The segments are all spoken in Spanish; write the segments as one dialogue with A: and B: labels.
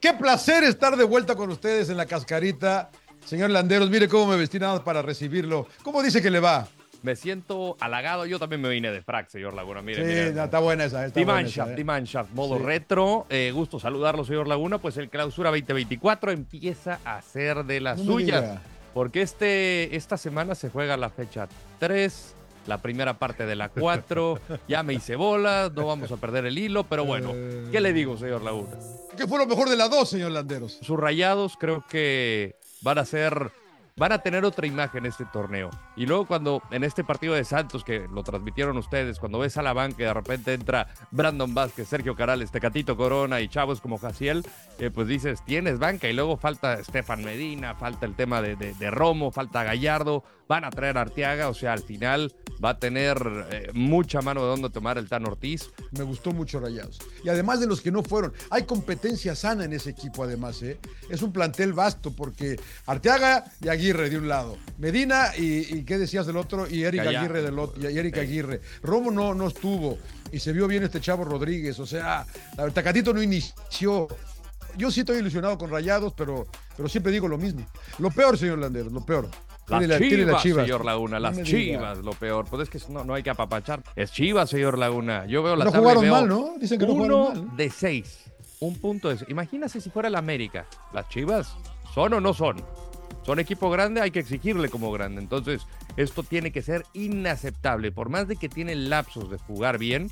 A: Qué placer estar de vuelta con ustedes en la cascarita. Señor Landeros, mire cómo me vestí nada más para recibirlo. ¿Cómo dice que le va?
B: Me siento halagado. Yo también me vine de frac, señor Laguna. Mire,
A: sí,
B: mire.
A: no, está buena esa. Está buena
B: Dimanshaft,
A: esa, ¿eh?
B: Dimanshaft, modo
A: Sí.
B: retro. Eh, gusto saludarlo, señor Laguna. Pues el clausura 2024 empieza a ser de las
A: No me
B: suyas.
A: diga.
B: Porque este, esta semana se juega la fecha 3, la primera parte de la 4. ya me hice bolas, no vamos a perder el hilo. Pero bueno, ¿qué le digo, señor Laguna?
A: ¿Qué fue lo mejor de las dos, señor Landeros?
B: Sus rayados creo que van a ser. Van a tener otra imagen este torneo. Y luego cuando en este partido de Santos, que lo transmitieron ustedes, cuando ves a la banca y de repente entra Brandon Vázquez, Sergio Carales, Tecatito Corona y chavos como Jaciel, eh, pues dices, tienes banca. Y luego falta Estefan Medina, falta el tema de, de- de Romo, falta Gallardo, van a traer a Arteaga. O sea, al final va a tener eh, mucha mano de dónde tomar el Tan Ortiz.
A: Me gustó mucho Rayados. Y además de los que no fueron, hay competencia sana en ese equipo además. ¿eh? Es un plantel vasto porque Arteaga y Aguirre de un lado, Medina y, y ¿qué decías del otro? Y Eric
B: Gallardo.
A: Aguirre del otro. Y Eric Aguirre. Romo no, no estuvo y se vio bien este chavo Rodríguez. O sea, la- Tacatito no inició. Yo sí estoy ilusionado con Rayados, pero, pero siempre digo lo mismo. Lo peor, señor Landeros, lo peor.
B: Las
A: Tiene la- tiene
B: chivas,
A: la Chivas.
B: señor Laguna,
A: No
B: las
A: me diga.
B: chivas, lo peor. Pues es que no, no hay que apapachar. Es chivas, señor Laguna. Yo veo la
A: No
B: tabla y
A: jugaron
B: veo
A: mal, ¿no? Dicen que no
B: uno
A: jugaron mal, ¿no?
B: de seis. Un punto de seis. Imagínese si fuera el América. Las chivas, ¿son o no son? Son equipo grande, hay que exigirle como grande. Entonces, esto tiene que ser inaceptable. Por más de que tienen lapsos de jugar bien,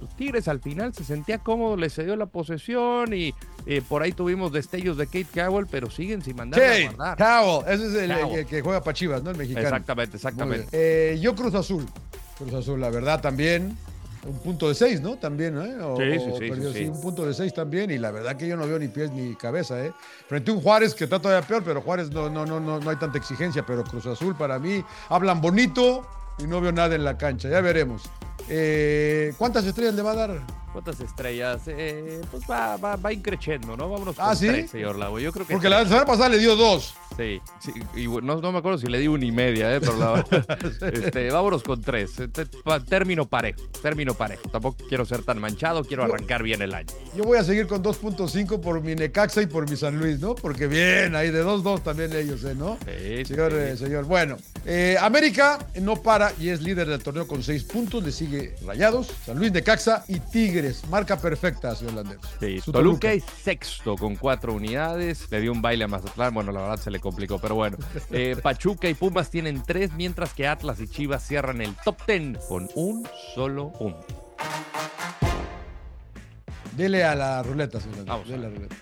B: los Tigres al final se sentía cómodo, le cedió la posesión y eh, por ahí tuvimos destellos de Kate Cowell, pero siguen sin mandar a
A: Che,
B: guardar.
A: Cowell, ese es el,
B: Cowell.
A: el que juega para Chivas, ¿no? El mexicano.
B: Exactamente,
A: Muy bien.
B: exactamente.
A: Eh, yo Cruz Azul. Cruz Azul, la verdad, también. Un punto de seis, ¿no? También, ¿eh? O-
B: Sí, sí,
A: o
B: sí,
A: perdió,
B: sí,
A: sí,
B: sí.
A: Un punto de seis también. Y la verdad que yo no veo ni pies ni cabeza, ¿eh? Frente a un Juárez que está todavía peor, pero Juárez no, no, no, no, no hay tanta exigencia. Pero Cruz Azul, para mí, hablan bonito y no veo nada en la cancha. Ya veremos. Eh, ¿Cuántas estrellas le va a dar?
B: ¿Cuántas estrellas? Eh, pues va, va, va increciendo, ¿no? Vámonos con
A: ¿Ah, sí?
B: tres, señor Lago. Yo creo que
A: Porque la
B: tres.
A: semana pasada le dio dos.
B: Sí, sí, y bueno, no, no me acuerdo si le di una y media, eh, pero la verdad. este, vámonos con tres. Este, pa- término parejo, término parejo. Tampoco quiero ser tan manchado, quiero arrancar bien el año.
A: Yo voy a seguir con 2.5 por mi Necaxa y por mi San Luis, ¿no? Porque bien, ahí de 2-2 también ellos, ¿eh? ¿No?
B: Sí,
A: Señor,
B: sí.
A: eh, señor. Bueno, eh, América no para y es líder del torneo con seis puntos. Le sigue Rayados, San Luis de Caxa y Tigres. Marca perfecta, señor Landeros.
B: Sí,
A: Su
B: Toluca es sexto con cuatro unidades. Le dio un baile a Mazatlán. Bueno, la verdad se le complicó, pero bueno. Eh, Pachuca y Pumas tienen tres, mientras que Atlas y Chivas cierran el top ten con un solo punto.
A: Dele a la ruleta, señor Landeros.
B: Vamos a
A: Dele a
B: ver.
A: la ruleta.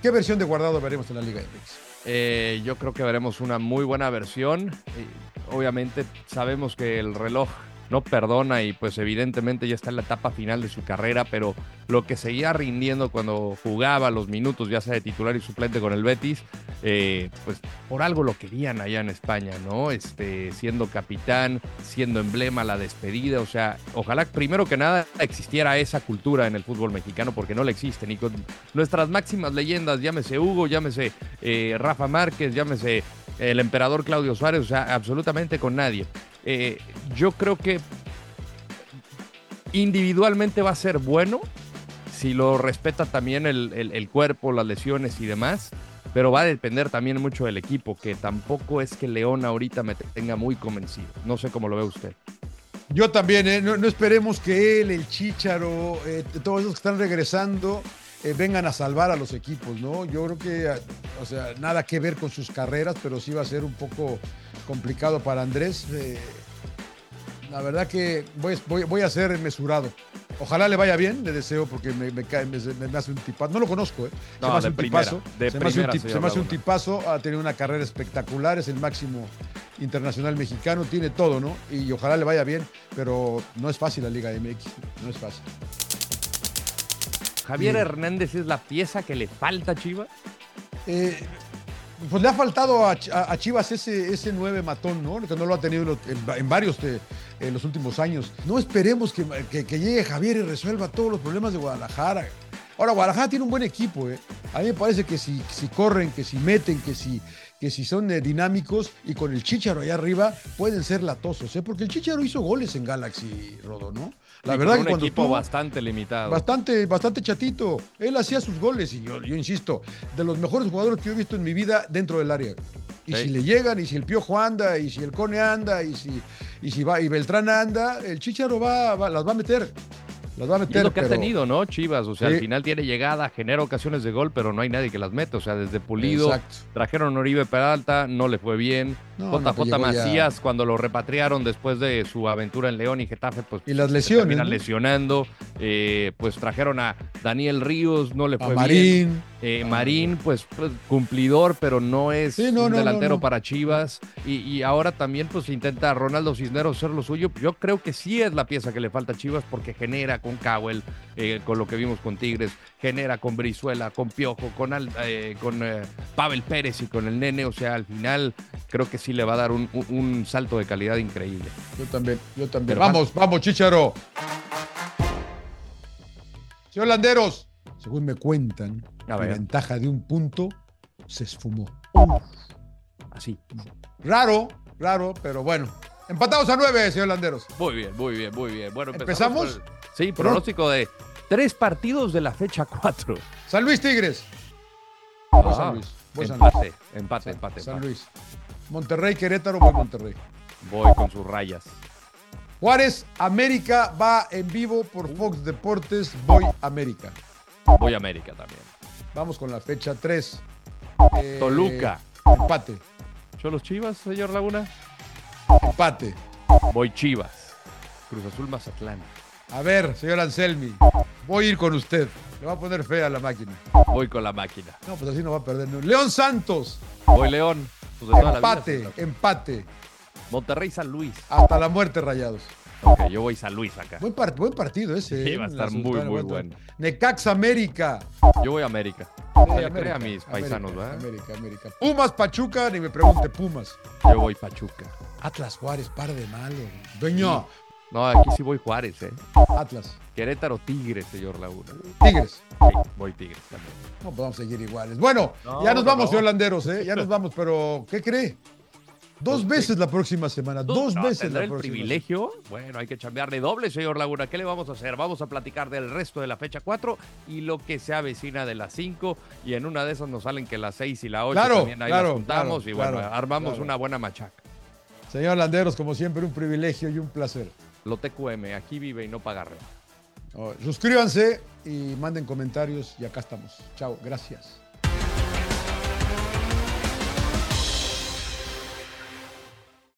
A: ¿Qué versión de guardado veremos en la Liga MX?
B: Eh, yo creo que veremos una muy buena versión. Eh, obviamente sabemos que el reloj no perdona y pues evidentemente ya está en la etapa final de su carrera, pero lo que seguía rindiendo cuando jugaba los minutos, ya sea de titular y suplente con el Betis, eh, pues por algo lo querían allá en España, ¿no? Este, siendo capitán, siendo emblema, la despedida, o sea, ojalá primero que nada existiera esa cultura en el fútbol mexicano porque no la existe, ni con nuestras máximas leyendas, llámese Hugo, llámese eh, Rafa Márquez, llámese el emperador Claudio Suárez, o sea, absolutamente con nadie. Eh, yo creo que individualmente va a ser bueno si lo respeta también el, el- el cuerpo, las lesiones y demás. Pero va a depender también mucho del equipo, que tampoco es que León ahorita me tenga muy convencido. No sé cómo lo ve usted.
A: Yo también, ¿eh? no, no esperemos que él, el Chícharo, eh, todos esos que están regresando eh, vengan a salvar a los equipos, ¿no? Yo creo que, ah, o sea, nada que ver con sus carreras, pero sí va a ser un poco complicado para Andrés. Eh, la verdad que voy, voy- voy a ser mesurado. Ojalá le vaya bien, le deseo, porque me, me cae- me- me- me hace un tipazo. No lo conozco, ¿eh?
B: No,
A: me hace
B: de
A: un
B: primera,
A: tipazo.
B: de
A: se me hace un,
B: primera,
A: tip-
B: señor
A: se me hace un
B: Laguna.
A: tipazo. Ha tenido una carrera espectacular, es el máximo internacional mexicano, tiene todo, ¿no? Y ojalá le vaya bien, pero no es fácil la Liga MX, no es fácil.
B: Javier
A: Sí.
B: Hernández es la pieza que le falta a Chivas.
A: Eh, pues le ha faltado a, Ch- a- a Chivas ese, ese 9 matón, ¿no? Que no lo ha tenido en los- en, va- en varios de en los últimos años. No esperemos que, que- que llegue Javier y resuelva todos los problemas de Guadalajara. Ahora, Guadalajara tiene un buen equipo. ¿eh? A mí me parece que si, si corren, que si meten, que si, que si son eh, dinámicos y con el Chicharo allá arriba pueden ser latosos. ¿eh? Porque el Chicharo hizo goles en Galaxy, Rodo, ¿no? La
B: Y
A: verdad
B: con
A: que
B: un
A: cuando
B: equipo
A: estuvo-
B: bastante limitado.
A: Bastante, bastante chatito. Él hacía sus goles y yo, yo insisto, de los mejores jugadores que yo he visto en mi vida dentro del área. Y
B: Sí.
A: si le llegan, y si el Piojo anda, y si el Cone anda, y si, y si va, y Beltrán anda, el Chicharo va, va- las va a meter. Las va a
B: Y es
A: meter.
B: lo que ha
A: pero-
B: tenido, ¿no? Chivas, o sea,
A: Sí.
B: al final tiene llegada, genera ocasiones de gol, pero no hay nadie que las meta. O sea, desde Pulido,
A: Exacto.
B: trajeron a Oribe Peralta, no le fue bien.
A: No, no te
B: JJ
A: llegó ya.
B: Macías, cuando lo repatriaron después de su aventura en León y Getafe, pues
A: Y las
B: se
A: lesiones.
B: termina
A: ¿no?
B: lesionando. Eh, pues trajeron a Daniel Ríos, no le
A: A
B: fue bien.
A: Marín.
B: Eh,
A: Ah.
B: Marín, pues, pues, cumplidor, pero no es
A: Sí, no,
B: un
A: no,
B: delantero
A: no, no.
B: para Chivas. Y, y ahora también, pues, intenta Ronaldo Cisneros hacer lo suyo. Yo creo que sí es la pieza que le falta a Chivas porque genera con Cowell, eh, con lo que vimos con Tigres, genera con Brizuela, con Piojo, con, Al- eh, con eh, Pavel Pérez y con el Nene. O sea, al final creo que sí le va a dar un, un- un salto de calidad increíble.
A: Yo también, yo también.
B: Pero
A: vamos, vamos, Chicharo. Señor Landeros, según me cuentan,
B: A
A: la
B: ver.
A: ventaja de un punto se esfumó.
B: Así.
A: Raro, raro, pero bueno. Empatados a nueve, señor Landeros.
B: Muy bien, muy bien, muy bien. Bueno,
A: empezamos ¿Empezamos?
B: Sí, pronóstico de tres partidos de la fecha cuatro.
A: San Luis Tigres. Voy San Luis. Voy San Luis.
B: empate, empate, empate,
A: Ah, San
B: empate.
A: Luis. Monterrey, Querétaro, voy Monterrey.
B: Voy con sus rayas.
A: Juárez, América va en vivo
B: Uh.
A: por Fox Deportes. Voy América.
B: Voy a América también.
A: Vamos con la fecha 3.
B: Toluca.
A: Empate,
B: ¿Cholos Chivas, señor Laguna?
A: empate.
B: Voy Chivas. Cruz Azul Mazatlán.
A: A ver, señor Anselmi, voy a ir con usted. Le va a poner fe a la máquina.
B: Voy con la máquina.
A: No, pues así no va a perder. ¿no? León Santos,
B: Voy León. Pues de toda la vida,
A: empate, Em-
B: señor.
A: empate.
B: Monterrey San Luis.
A: Hasta la muerte, rayados.
B: Ok, yo voy San Luis acá.
A: Buen, par- buen partido ese.
B: Sí,
A: ¿eh?
B: va a
A: En
B: estar
A: la
B: muy,
A: Sultana,
B: muy
A: buen
B: bueno.
A: partido. Necax América.
B: Yo voy a América.
A: Sí,
B: Se le cree
A: América,
B: a mis
A: América,
B: paisanos, ¿verdad?
A: América, América. Pumas Pachuca, ni me pregunte Pumas.
B: Yo voy Pachuca.
A: Atlas Juárez, par de malo. Dueño,
B: No, aquí sí voy Juárez, ¿eh?
A: Atlas.
B: Querétaro Tigres, señor Laguna.
A: Tigres.
B: Sí, voy Tigres también.
A: No podemos seguir iguales. Bueno,
B: No,
A: ya nos
B: no,
A: vamos,
B: no.
A: señor Landeros, ¿eh? Ya nos vamos, pero ¿qué cree? Dos
B: Pues,
A: veces la próxima semana. Dos
B: No,
A: veces
B: ¿tendrá
A: la
B: el
A: próxima.
B: privilegio? Bueno, hay que chambearle doble, señor Laguna. ¿Qué le vamos a hacer? Vamos a platicar del resto de la fecha 4 y lo que se avecina de las 5. Y en una de esas nos salen que las 6 y la 8
A: Claro,
B: también ahí
A: claro,
B: las juntamos.
A: claro,
B: y bueno,
A: claro,
B: armamos
A: claro.
B: una buena machaca.
A: Señor Landeros, como siempre, un privilegio y un placer.
B: Lo TQM, aquí vive y no paga renta.
A: Oh, Suscríbanse y manden comentarios y acá estamos. Chao, gracias.